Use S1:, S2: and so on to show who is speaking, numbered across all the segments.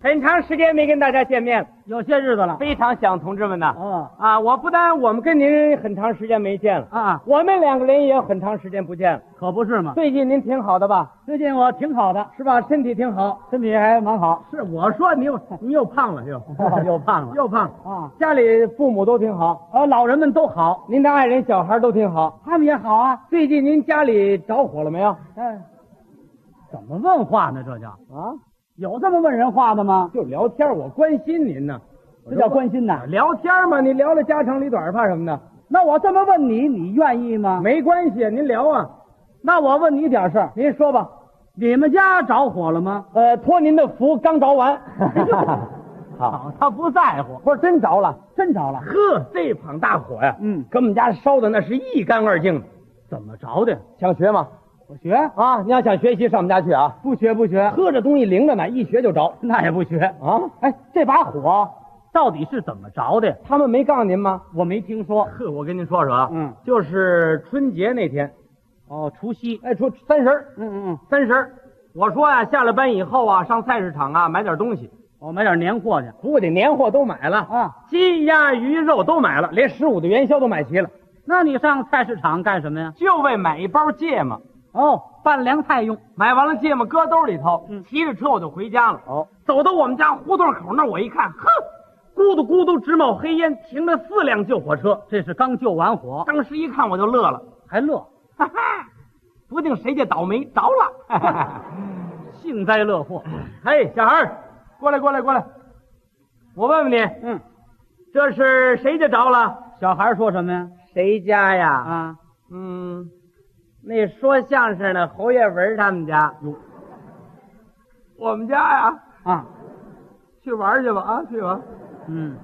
S1: 很长时间没跟大家见面了，
S2: 有些日子了。
S1: 非常想同志们呐。
S2: 啊
S1: 啊，我不但我们跟您很长时间没见了，
S2: 啊，
S1: 我们两个人也有很长时间不见了。
S2: 可不是嘛。
S1: 最近您挺好的吧？
S2: 最近我挺好的，哦
S1: 是吧？身体挺好。
S2: 身体还蛮好。哦
S1: 是我说你又你又胖了 又
S2: 又胖了
S1: 又胖了。
S2: 啊，
S1: 家里父母都挺好，
S2: 呃，老人们都好，
S1: 您的爱人小孩都挺好。
S2: 他们也好啊。
S1: 最近您家里着火了没有？
S2: 哎，怎么问话呢？这叫
S1: 啊，
S2: 有这么问人话的吗？
S1: 就聊天，我关心您呢。
S2: 这叫关心呐。
S1: 聊天嘛，你聊聊家长里短，怕什么呢？
S2: 那我这么问你，你愿意吗？
S1: 没关系，您聊啊。
S2: 那我问你点事儿，
S1: 您说吧。
S2: 你们家着火了吗？
S1: 呃，托您的福，刚着 完。
S2: 好，他不在乎，
S1: 不是真着了，
S2: 真着了。
S1: 呵，这场大火呀，
S2: 嗯
S1: 跟我们家烧的那是一干二净的。
S2: 怎么着的？
S1: 想学吗？
S2: 我学
S1: 啊，你要想学习，上我们家去啊。
S2: 不学不学，
S1: 喝这东西灵着呢，一学就着
S2: 那也不学。
S1: 啊。
S2: 哎，这把火到底是怎么着的？
S1: 他们没告诉您吗？
S2: 我没听说。
S1: 呵， 我跟您说说啊，
S2: 嗯，
S1: 就是春节那天，
S2: 哦，除夕。
S1: 哎，初三十儿，
S2: 嗯嗯嗯，
S1: 三十儿，我说呀、下了班以后啊，上菜市场啊买点东西，
S2: 我买点年货去。
S1: 不过得年货都买了，
S2: 啊，
S1: 鸡鸭鱼肉都买了，连十五的元宵都买齐了，
S2: 那你上菜市场干什么呀？
S1: 就为买一包芥末。
S2: 哦，拌凉菜用。
S1: 买完了芥末搁兜里头，骑着车我就回家了。
S2: 哦，
S1: 走到我们家胡同口那儿，我一看，哼，咕嘟咕嘟直冒黑烟，停了四辆救火车。
S2: 这是刚救完火，
S1: 当时一看我就乐了，
S2: 还乐，
S1: 哈哈，不定谁家倒霉着了。哈哈
S2: 幸灾乐祸。
S1: 嘿，小孩儿，过来过来过来，我问问你，
S2: 嗯，
S1: 这是谁家着了？
S2: 小孩说什么呀？
S1: 谁家呀？
S2: 啊，
S1: 嗯，那说相声的侯月文他们家。
S2: 哟
S1: 我们家呀，
S2: 啊，
S1: 去玩去吧啊，去吧。
S2: 嗯，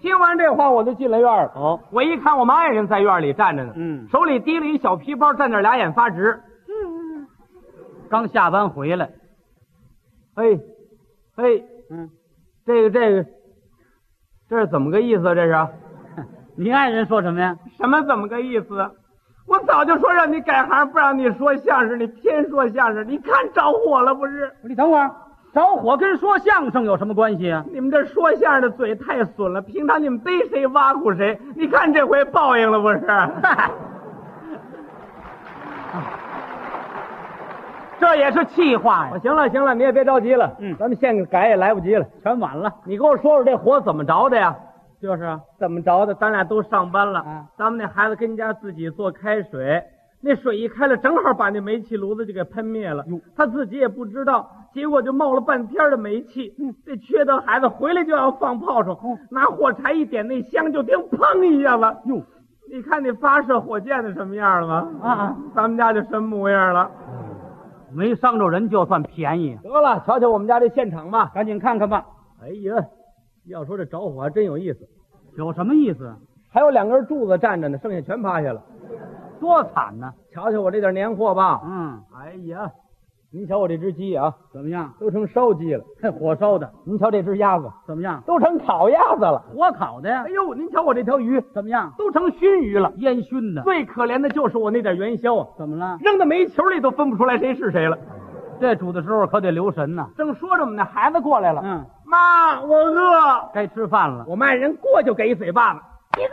S1: 听完这话，我就进了院儿了。
S2: 哦，
S1: 我一看，我们爱人在院里站着呢，
S2: 嗯
S1: 手里提了一小皮包，站那儿俩眼发直。
S2: 刚下班回来。
S1: 嘿，嘿，
S2: 嗯，
S1: 这个这个，这是怎么个意思啊？这是
S2: 你爱人说什么呀？
S1: 什么怎么个意思啊？我早就说让你改行，不让你说相声，你偏说相声，你看着火了不是？
S2: 你等会儿，着火啊跟说相声有什么关系啊？
S1: 你们这说相声的嘴太损了，平常你们逮谁挖苦谁，你看这回报应了不是？
S2: 这也是气话
S1: 我，哦行了行了，你也别着急了，
S2: 嗯
S1: 咱们现改也来不及了。
S2: 全晚了。
S1: 你给我说说这火怎么着的呀？
S2: 就是啊，
S1: 怎么着的？咱俩都上班了，
S2: 啊
S1: 咱们那孩子跟家自己做开水，那水一开了，正好把那煤气炉子就给喷灭了
S2: 哟。
S1: 他自己也不知道，结果就冒了半天的煤气。嗯，这缺德孩子回来就要放炮仗，
S2: 哦
S1: 拿火柴一点，那香就听砰一下子。
S2: 哟
S1: 你看那发射火箭的什么样了吗？
S2: 啊，
S1: 咱们家就什么模样了？
S2: 没伤着人就算便宜。
S1: 得了，瞧瞧我们家这现场吧。
S2: 赶紧看看吧，
S1: 哎呀，要说这着火还真有意思，
S2: 有什么意思？
S1: 还有两根柱子站着呢，剩下全趴下了。
S2: 多惨呐！
S1: 瞧瞧我这点年货吧。
S2: 嗯，
S1: 哎呀，您瞧我这只鸡啊，
S2: 怎么样？
S1: 都成烧鸡了；
S2: 这火烧的
S1: 您瞧这只鸭子，
S2: 怎么样？
S1: 都成烤鸭子了。
S2: 火烤的呀
S1: 哎？呦，您瞧我这条鱼，
S2: 怎么样？
S1: 都成熏鱼了。
S2: 烟熏的？
S1: 最可怜的就是我那点元宵啊，
S2: 怎么了？
S1: 扔到煤球里都分不出来谁是谁了。
S2: 这煮的时候可得留神呐。
S1: 正说着，我们那孩子过来了，
S2: 嗯，
S1: 妈，我饿。
S2: 该吃饭了。
S1: 我们爱人过就给一嘴巴子，你饿，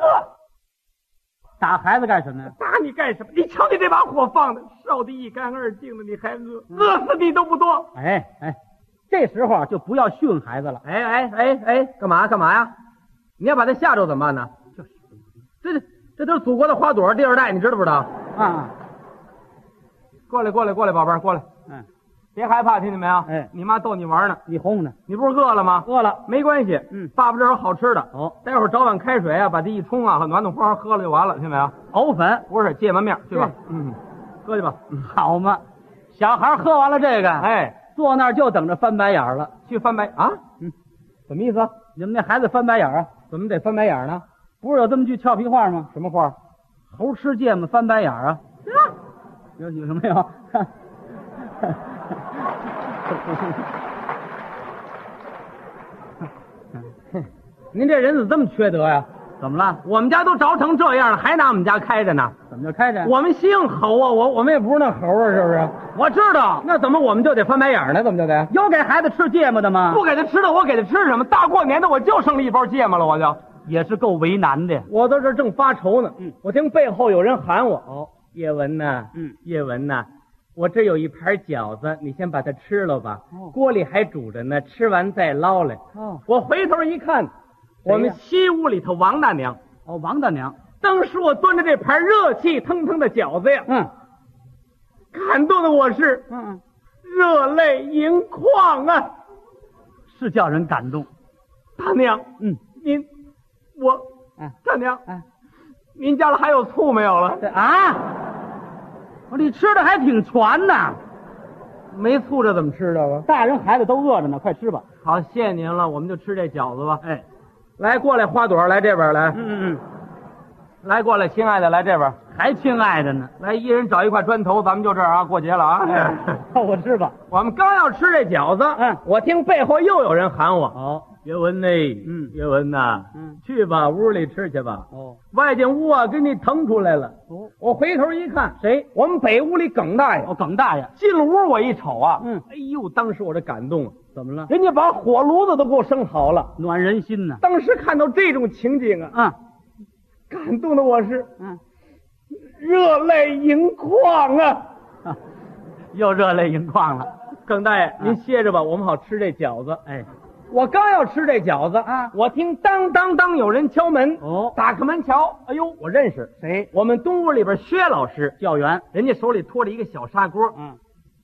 S2: 打孩子干什么呀？
S1: 打你干什么？你瞧你这把火放的，烧的一干二净的，你还饿，饿死你都不多。
S2: 哎哎，这时候啊就不要训孩子了。
S1: 哎哎哎哎，干嘛干嘛呀？你要把他吓着怎么办呢？这这这都是祖国的花朵，第二代，你知道不知道？
S2: 啊，
S1: 过来过来过来，宝贝儿，过来，
S2: 嗯，
S1: 别害怕，听见没有？
S2: 哎
S1: 你妈逗你玩呢，
S2: 你哄哄他。
S1: 你不是饿了吗？
S2: 饿了。
S1: 没关系，
S2: 嗯
S1: 爸爸这有好吃的，
S2: 哦，
S1: 待会儿找碗开水啊，把这一冲啊，暖暖和和喝了就完了，听见没有？
S2: 藕粉
S1: 不是芥末面，去吧
S2: 对，
S1: 嗯，喝去吧。
S2: 好嘛？小孩喝完了这个，，
S1: 哎，
S2: 坐那儿就等着翻白眼儿了。
S1: 去翻白啊？
S2: 嗯，
S1: 什么意思啊？
S2: 你们那孩子翻白眼儿啊？
S1: 怎么得翻白眼呢？
S2: 不是有这么句俏皮话吗？
S1: 什么话？
S2: 猴吃芥末翻白眼儿啊？有有没有？
S1: 您这人怎么这么缺德呀、
S2: 怎么了？
S1: 我们家都着成这样了，还拿我们家开着呢。
S2: 怎么就开着？
S1: 我们姓侯啊，我我们也不是那猴啊，是不是？我知道，那怎么我们就得翻白眼儿呢？怎么就得？
S2: 有给孩子吃芥末的吗？
S1: 不给他吃的，我给他吃什么？大过年的，我就剩了一包芥末了，我就。
S2: 也是够为难的。
S1: 我在这正发愁呢，
S2: 嗯
S1: 我听背后有人喊我，哦，叶文呐、
S2: 嗯，
S1: 叶文呐、我这有一盘饺子，你先把它吃了吧，
S2: 哦
S1: 锅里还煮着呢，吃完再捞来。
S2: 哦
S1: 我回头一看，我们西屋里头王大娘，
S2: 哦，王大娘，
S1: 当时我端着这盘热气腾腾的饺子呀，
S2: 嗯
S1: 感动的我是
S2: 嗯嗯，
S1: 热泪盈眶啊！
S2: 是叫人感动。
S1: 大娘，
S2: 嗯，
S1: 您，我，
S2: 啊
S1: 大娘，
S2: 啊
S1: 您家里还有醋没有了？
S2: 啊！我你吃的还挺全呢，
S1: 没醋这怎么吃的了？
S2: 大人孩子都饿着呢，快吃吧。
S1: 好，谢谢您了，我们就吃这饺子吧。
S2: 哎，
S1: 来，过来，花朵，来这边来，
S2: 嗯嗯嗯，
S1: 来过来，亲爱的，来这边，
S2: 还亲爱的 呢，
S1: 来，一人找一块砖头，咱们就这儿啊，过节了啊。
S2: 靠哦我吃吧。
S1: 我们刚要吃这饺子，
S2: 嗯
S1: 我听背后又有人喊我，
S2: 哦
S1: 岳文呢？
S2: 嗯
S1: 岳文呐、
S2: 嗯
S1: 去吧，屋里吃去吧。
S2: 哦
S1: 外间屋啊，给你腾出来了。
S2: 哦
S1: 我回头一看，谁？我们北屋里耿大爷
S2: 哦，耿大爷，
S1: 进了屋，我一瞅啊，
S2: 嗯
S1: 哎呦，当时我这感动啊，
S2: 怎么了？
S1: 人家把火炉子都给我生好了。
S2: 暖人心呢。
S1: 当时看到这种情景啊，
S2: 啊
S1: 感动的我是
S2: 嗯，
S1: 热泪盈眶啊！
S2: 又热泪盈 眶了。
S1: 耿大爷，您歇着吧，我们好吃这饺子。
S2: 哎，
S1: 啊我刚要吃这饺子
S2: 啊
S1: 我听当当当有人敲门，
S2: 哦
S1: 打开门瞧，哎呦，我认识
S2: 谁？
S1: 我们东屋里边薛老师，
S2: 教员。
S1: 人家手里托着一个小砂锅。
S2: 嗯，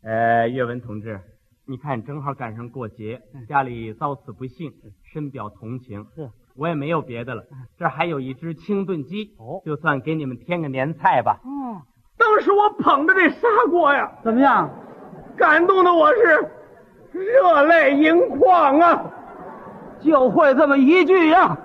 S1: 呃，岳文同志，你看正好赶上过节，家里遭此不幸，深表同情。
S2: 是，
S1: 我也没有别的了，这儿还有一只清炖鸡，
S2: 哦
S1: 就算给你们添个年菜吧。
S2: 哦，
S1: 当时我捧着这砂锅呀，
S2: 怎么样？
S1: 感动的我是热泪盈眶啊！
S2: 就会这么一句呀。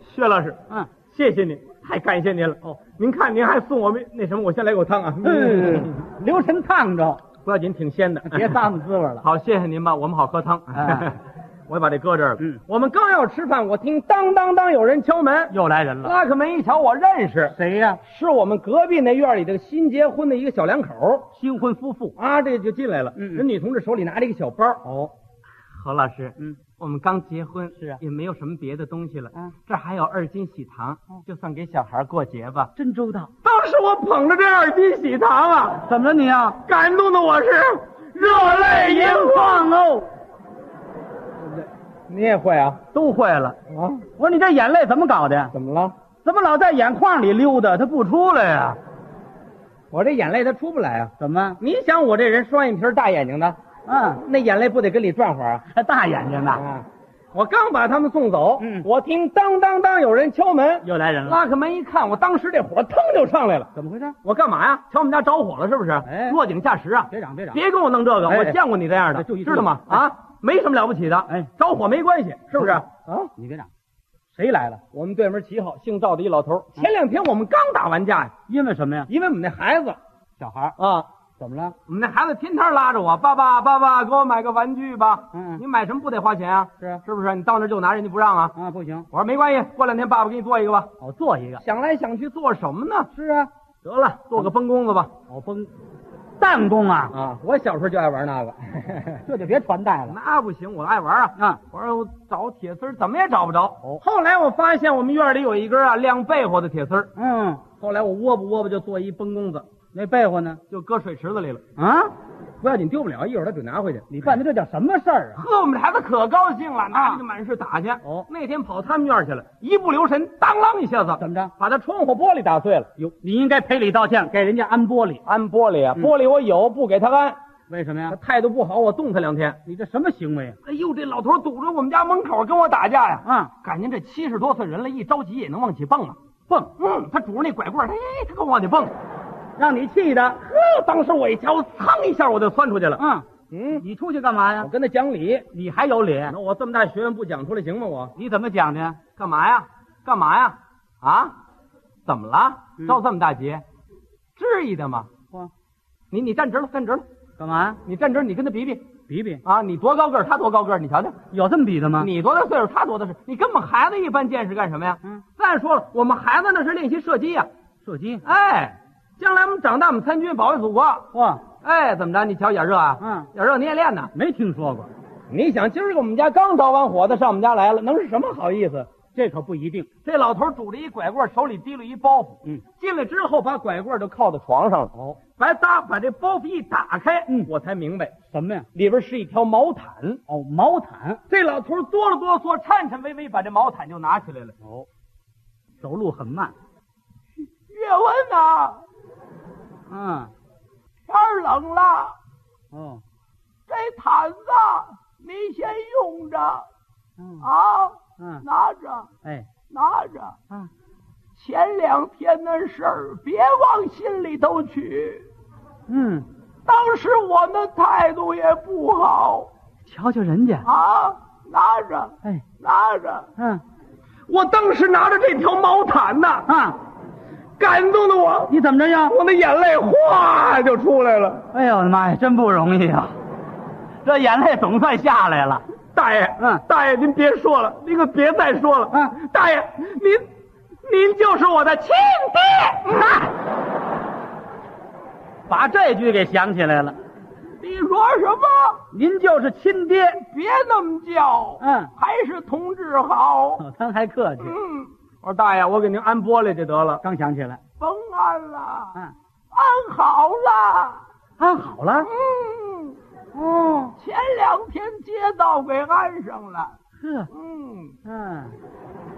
S1: 薛老师，
S2: 嗯，
S1: 谢谢您，太感谢您了。哦，您看您还送我们那什么，我先来口汤啊。
S2: 嗯，留神烫着，
S1: 不要紧，挺鲜的，
S2: 别脏滋味了。
S1: 好，谢谢您吧，我们好喝汤。
S2: 哎
S1: 我也把这搁这儿了。
S2: 嗯，
S1: 我们刚要吃饭，我听当当当有人敲门，
S2: 又来人了，
S1: 拉开门一瞧，我认识，
S2: 谁呀？
S1: 是我们隔壁那院里这个新结婚的一个小两口
S2: 新婚夫妇。
S1: 啊，这就进来了。
S2: 嗯嗯
S1: 人女同志手里拿着一个小包。哦，何老师，
S2: 嗯，
S1: 我们刚结婚，
S2: 是啊
S1: 也没有什么别的东西了。
S2: 啊，
S1: 这还有二斤喜糖
S2: 哦，
S1: 就算给小孩过节吧。
S2: 真周到。
S1: 当时我捧着这二斤喜糖啊，
S2: 怎么了你啊？
S1: 感动的我是热泪盈眶哦。你也会啊？
S2: 都会了。
S1: 啊？
S2: 我说你这眼泪怎么搞的？
S1: 怎么了？
S2: 怎么老在眼眶里溜达？它不出来呀、
S1: 我这眼泪它出不来啊。
S2: 怎么？
S1: 你想我这人双眼皮儿大眼睛的，
S2: 嗯，
S1: 那眼泪不得跟里转会儿啊？
S2: 还大眼睛呢。
S1: 啊！我刚把他们送走，
S2: 嗯
S1: 我听当当当有人敲门，
S2: 又来人了，
S1: 拉开门一看，我当时这火腾就上来了。
S2: 怎么回事？
S1: 我干嘛呀？瞧我们家着火了是不是？
S2: 哎
S1: 落井下石啊！
S2: 别嚷，别嚷。
S1: 别跟我弄这个，
S2: 哎
S1: 我见过你这样的，
S2: 哎就一
S1: 知道吗？
S2: 哎
S1: 啊，没什么了不起的，
S2: 哎，
S1: 着火没关系，是不是？啊，
S2: 你别嚷，
S1: 谁来了？我们对门七号，姓赵的一老头儿。前两天我们刚打完架呀，
S2: 因为什么呀？
S1: 因为我们那孩子
S2: 小孩儿
S1: 啊，
S2: 怎么了？
S1: 我们那孩子天天拉着我，爸爸，爸爸，给我买个玩具吧。
S2: 嗯嗯
S1: 你买什么不得花钱啊？
S2: 是啊
S1: 是不是？你到那儿就拿，人家不让啊。
S2: 啊，不行，
S1: 我说没关系，过两天爸爸给你哦做一个吧。
S2: 我做一个。
S1: 想来想去做什么呢？
S2: 是啊，
S1: 得了，做个崩弓子吧。
S2: 我崩弹弓啊，
S1: 啊，我小时候就爱玩那个，
S2: 这就别传代了
S1: 那不行，我爱玩啊。
S2: 啊。
S1: 我说我找铁丝儿怎么也找不着。
S2: 哦
S1: 后来我发现我们院里有一根啊晾被窝的铁丝儿，
S2: 嗯，
S1: 后来我窝吧窝吧就做一崩弓子，
S2: 那被窝呢？
S1: 就搁水池子里了。
S2: 啊，
S1: 不要紧，丢不了，一会儿他准拿回去。
S2: 你办的这叫什么事儿啊？
S1: 呵，我们这孩子可高兴了，拿着就满是打去。
S2: 哦
S1: 那天跑他们院去了，一不留神，当啷一下子，
S2: 怎么着？
S1: 把他窗户玻璃打碎了。
S2: 哟，你应该赔礼道歉，给人家安玻璃。
S1: 安玻璃啊，
S2: 嗯
S1: 玻璃我有，不给他安。
S2: 为什么
S1: 他
S2: 呀？
S1: 态度不好，我冻他两天。
S2: 你这什么行为啊？
S1: 哎呦，这老头堵着我们家门口跟我打架呀！
S2: 啊，
S1: 感情这七十多岁人了，一着急也能往起蹦啊。
S2: 蹦，
S1: 嗯，他拄着那拐棍儿，他哎，他跟我往起蹦。
S2: 让你气的。
S1: 呵，当时我一瞧，我噌一下我就窜出去了。
S2: 嗯，
S1: 嗯，
S2: 你出去干嘛
S1: 我
S2: 呀？
S1: 跟他讲理，
S2: 你还有理？
S1: 那我这么大学问不讲出来行吗？我
S2: 你怎么讲的？
S1: 干嘛呀？干嘛呀？啊？怎么了？
S2: 嗯
S1: 着这么大急，至于的吗？
S2: 嚯，
S1: 你你站直了，站直了，
S2: 干嘛呀？
S1: 你站直，你跟他比比
S2: 比比，
S1: 啊！你多高个儿，他多高个儿，你瞧瞧，
S2: 有这么比的吗？
S1: 你多大岁数，他多大是？你跟我们孩子一般见识干什么呀？
S2: 嗯，
S1: 再说了，我们孩子那是练习射击呀、
S2: 射击，
S1: 哎，将来我们长大，我们参军保卫祖国。
S2: 哇，
S1: 哎，怎么着？你瞧眼热啊？
S2: 嗯，
S1: 眼热你也练呢？
S2: 没听说过，
S1: 你想，今儿个我们家刚着完火的上我们家来了，能是什么好意思？
S2: 这可不一定。
S1: 这老头拄着一拐棍，手里提了一包袱。
S2: 嗯，
S1: 进来之后，把拐棍就靠在床上了。
S2: 哦，
S1: 白搭把这包袱一打开，
S2: 嗯
S1: 我才明白
S2: 什么呀？
S1: 里边是一条毛毯。
S2: 哦，毛毯。
S1: 这老头哆了哆嗦，颤颤巍巍把这毛毯就拿起来了。
S2: 哦，走路很慢。
S1: 月温呐，
S2: 嗯，
S1: 天儿冷了，
S2: 哦，
S1: 这毯子你先用着
S2: 嗯
S1: 啊，
S2: 嗯，
S1: 拿着
S2: 哎，
S1: 拿着。
S2: 啊，
S1: 前两天的事儿别往心里头去，
S2: 嗯，
S1: 当时我们态度也不好
S2: 瞧瞧人家，
S1: 啊。拿着，
S2: 哎，
S1: 拿着，
S2: 嗯
S1: 我当时拿着这条毛毯呐，
S2: 啊，
S1: 感动的我，
S2: 你怎么着呀？
S1: 我的眼泪哗就出来了。
S2: 哎呦我的妈呀，真不容易啊！这眼泪总算下来了。
S1: 大爷，
S2: 嗯
S1: 大爷，您别说了，您可别再说了，
S2: 嗯，
S1: 大爷，您，您就是我的亲爹。嗯啊
S2: 把这句给想起来了，
S1: 你说什么？
S2: 您就是亲爹。
S1: 别那么叫，
S2: 嗯
S1: 还是同志好。
S2: 哦咱还客气，
S1: 嗯，我说大爷，我给您安玻璃去得了，
S2: 刚想起来。
S1: 甭安了，
S2: 嗯，
S1: 安好了。
S2: 安啊好了。
S1: 嗯，
S2: 哦，
S1: 前两天街道给安上了。
S2: 是，
S1: 嗯，
S2: 嗯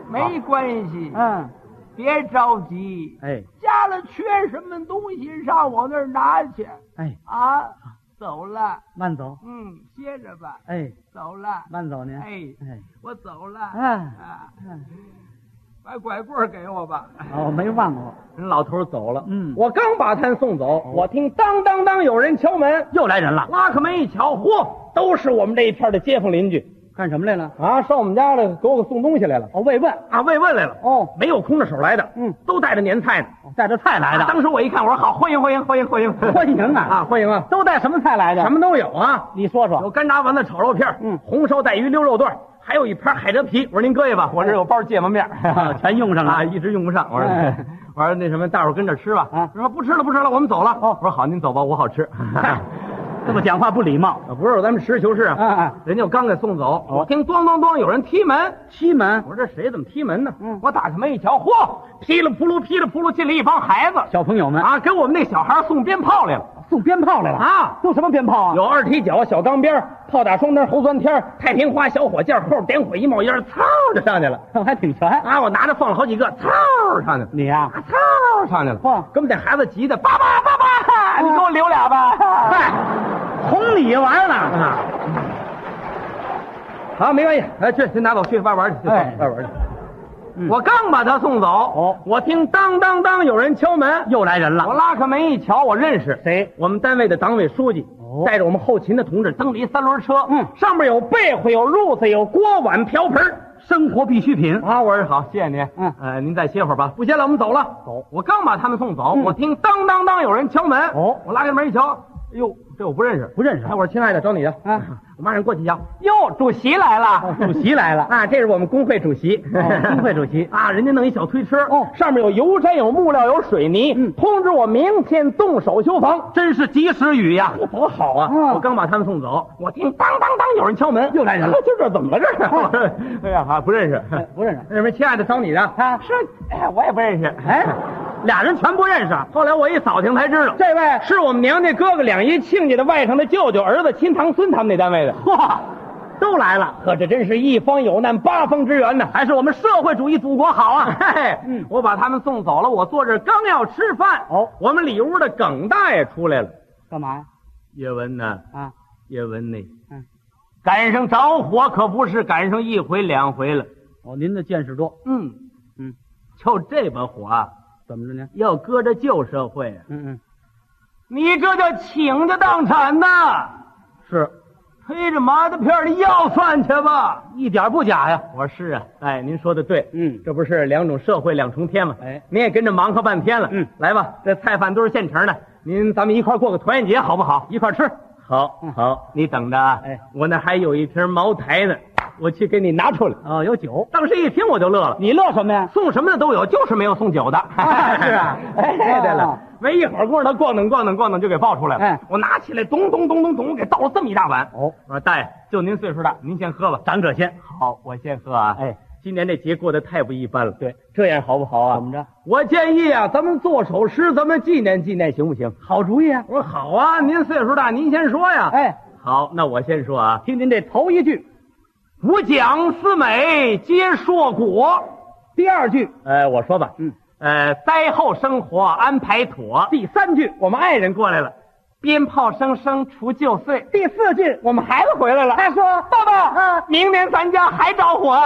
S1: 没关系，
S2: 嗯，
S1: 别着急，
S2: 哎
S1: 家里缺什么东西上我那儿拿去
S2: 哎，
S1: 啊。走了，
S2: 慢走，
S1: 嗯，歇着吧，
S2: 哎，
S1: 走了，
S2: 慢走您。
S1: 哎，
S2: 哎，
S1: 我走了，
S2: 嗯
S1: 啊，
S2: 嗯
S1: 把拐棍儿给我吧。
S2: 哦，没忘过，
S1: 人老头儿走了，
S2: 嗯
S1: 我刚把他送走，我听当当当有哦人敲门，
S2: 又来人了，
S1: 拉开门一瞧，嚯，都是我们这一片的街坊邻居
S2: 干什么来了？
S1: 啊，上我们家来给我送东西来了
S2: 哦，慰问。
S1: 啊，慰问来了，
S2: 哦，
S1: 没有空着手来的，
S2: 嗯，
S1: 都带着年菜呢。
S2: 哦带着菜来
S1: 啊
S2: 的。
S1: 当时我一看，我说好，欢迎欢迎欢迎欢迎
S2: 欢迎啊！
S1: 啊，欢迎啊，
S2: 都带什么菜来的？
S1: 什？么都有啊，
S2: 你说
S1: 有
S2: 说。
S1: 干炸丸子、炒肉片儿，
S2: 嗯
S1: 红烧带鱼、溜肉段儿，还有一盘海蜇皮。我说您搁一把，我这有包芥末面儿，
S2: 啊 全用上了
S1: 啊，一直用不上。我说
S2: 哎，
S1: 我说那什么，大伙儿跟着吃吧。
S2: 啊
S1: 他说不吃了，不吃了，我们走了。
S2: 哦
S1: 我说好，您走吧，我好 吃。
S2: 嗨这么讲话不礼貌。
S1: 啊不是，咱们实事求是
S2: 啊啊！
S1: 人家我刚给送走，
S2: 哦
S1: 我听咣咣咣有人踢门，
S2: 西门
S1: 我说这谁怎么踢门呢？
S2: 嗯
S1: 我打开门一瞧，嚯，噼里扑噜噼里扑噜进来一帮孩子
S2: 小朋友们
S1: 啊，给我们那小孩送鞭炮来了
S2: 送鞭炮来了！
S1: 啊。
S2: 用什么鞭炮啊？
S1: 有二踢脚、小钢鞭、炮打双灯、猴钻天、太平花、小火箭，后点火一冒烟，嗖就上去了。
S2: 有，还挺全。
S1: 啊，我拿着放了好几个，嗖上去了。
S2: 你呀，
S1: 操上去了，
S2: 嚯啊
S1: 给我们这孩子急的，爸爸爸爸，你给我留俩吧。
S2: 嗨， 哄你玩呢。
S1: 啊，好，没关系，来去，先拿走，去外玩去，去
S2: 哎
S1: 外玩去。
S2: 嗯
S1: 我刚把他送走，
S2: 哦
S1: 我听当当当有人敲门，
S2: 又来人
S1: 我
S2: 了。
S1: 拉开门一瞧，我认识
S2: 谁？
S1: 我们单位的党委书记
S2: 哦
S1: 带着我们后勤的同志蹬着一三轮车，
S2: 嗯
S1: 上面有被子，有褥子，有锅碗瓢盆儿
S2: 生活必需品。
S1: 啊，我说好，谢谢您。
S2: 嗯
S1: 呃，您再歇会儿吧。不歇了，我们走了。
S2: 走。
S1: 我刚把他们送走，
S2: 嗯
S1: 我听当当当有人敲门。
S2: 哦
S1: 我拉开门一瞧，哎呦，这我不认识，
S2: 不认识
S1: 哎，我说亲爱的，找你的
S2: 啊。
S1: 我马上过去一瞧，哟，主席来了。
S2: 主席来了。
S1: 啊，这是我们工会主席，
S2: 哦工会主席
S1: 啊，人家弄一小推车，
S2: 哦
S1: 上面有油毡，有木料，有水泥，
S2: 嗯
S1: 通知我明天动手修房，
S2: 真是及时雨呀！
S1: 这多好啊！
S2: 嗯
S1: 我刚把他们送走，我听当当当有人敲门，又来 人了，这这怎么了这是？我说 哎呀，啊不认识，
S2: 哎不认识
S1: 那什么亲爱的，找你的啊是，哎，我也不认识，
S2: 哎，俩人全不认识。
S1: 后来我一扫听才知道，
S2: 这位
S1: 是我们娘家哥哥两姨亲家的外甥的舅舅儿子亲堂孙他们那单位的。
S2: 嚯，都来了，
S1: 可这真是一方有难八方支援呢，
S2: 还是我们社会主义祖国好啊！
S1: 嘿，
S2: 嗯
S1: 我把他们送走了。我坐这儿刚要吃饭，
S2: 哦
S1: 我们里屋的耿大爷出来了。
S2: 干嘛呀？
S1: 叶文呐，
S2: 啊，
S1: 叶文呢？
S2: 嗯，
S1: 赶上着火可不是赶上一回两回了。
S2: 哦，您的见识多。
S1: 嗯
S2: 嗯，
S1: 就这把火啊，
S2: 怎么着呢？
S1: 要搁着旧社会啊，
S2: 嗯嗯，
S1: 你这叫倾家荡产呐！
S2: 是
S1: 推着麻子片儿的要饭去吧。
S2: 一点不假呀。
S1: 我说是啊，哎，您说的对，
S2: 嗯
S1: 这不是两种社会两重天吗？
S2: 哎
S1: 您也跟着忙活半天了，
S2: 嗯，
S1: 来吧，这菜饭都是现成的，您咱们一块儿过个团圆节好不好？
S2: 一块儿吃。
S1: 好
S2: 嗯
S1: 好，你等着啊，
S2: 哎，
S1: 我那还有一瓶茅台呢，我去给你拿出来。
S2: 哦，有酒。
S1: 当时一听我就乐了，
S2: 你乐什么呀？
S1: 送什么的都有，就是没有送酒的。
S2: 啊是啊
S1: 哎，对了
S2: 啊，
S1: 没一会儿功夫，他咣当咣当咣当就给抱出来了。
S2: 哎
S1: 我拿起来，咚咚咚咚咚，给倒了这么一大碗。
S2: 哦，
S1: 我说大爷，就您岁数大，您先喝吧。
S3: 咱可先。
S1: 好，我先喝啊。
S2: 哎，
S1: 今年这节过得太不一般了。
S2: 对，
S1: 这样好不好啊？
S2: 怎么着？
S1: 我建议啊，咱们做首诗，咱们纪念纪念，行不行？
S2: 好主意啊！
S1: 我说好啊，您岁数大，您先说呀。，
S2: 哎，
S1: 好，那我先说啊。
S2: 听您这头一句，
S1: 五讲四美皆硕果。
S2: 第二句，
S1: 呃，我说吧，
S2: 嗯，
S1: 呃，灾后生活安排妥。
S2: 第三句，
S1: 我们爱人过来了，鞭炮声声除旧岁。
S2: 第四句，我
S1: 我们
S2: 们
S1: 孩子回来了，
S2: 还说
S1: 爸爸，
S2: 啊
S1: 明年咱家还着火。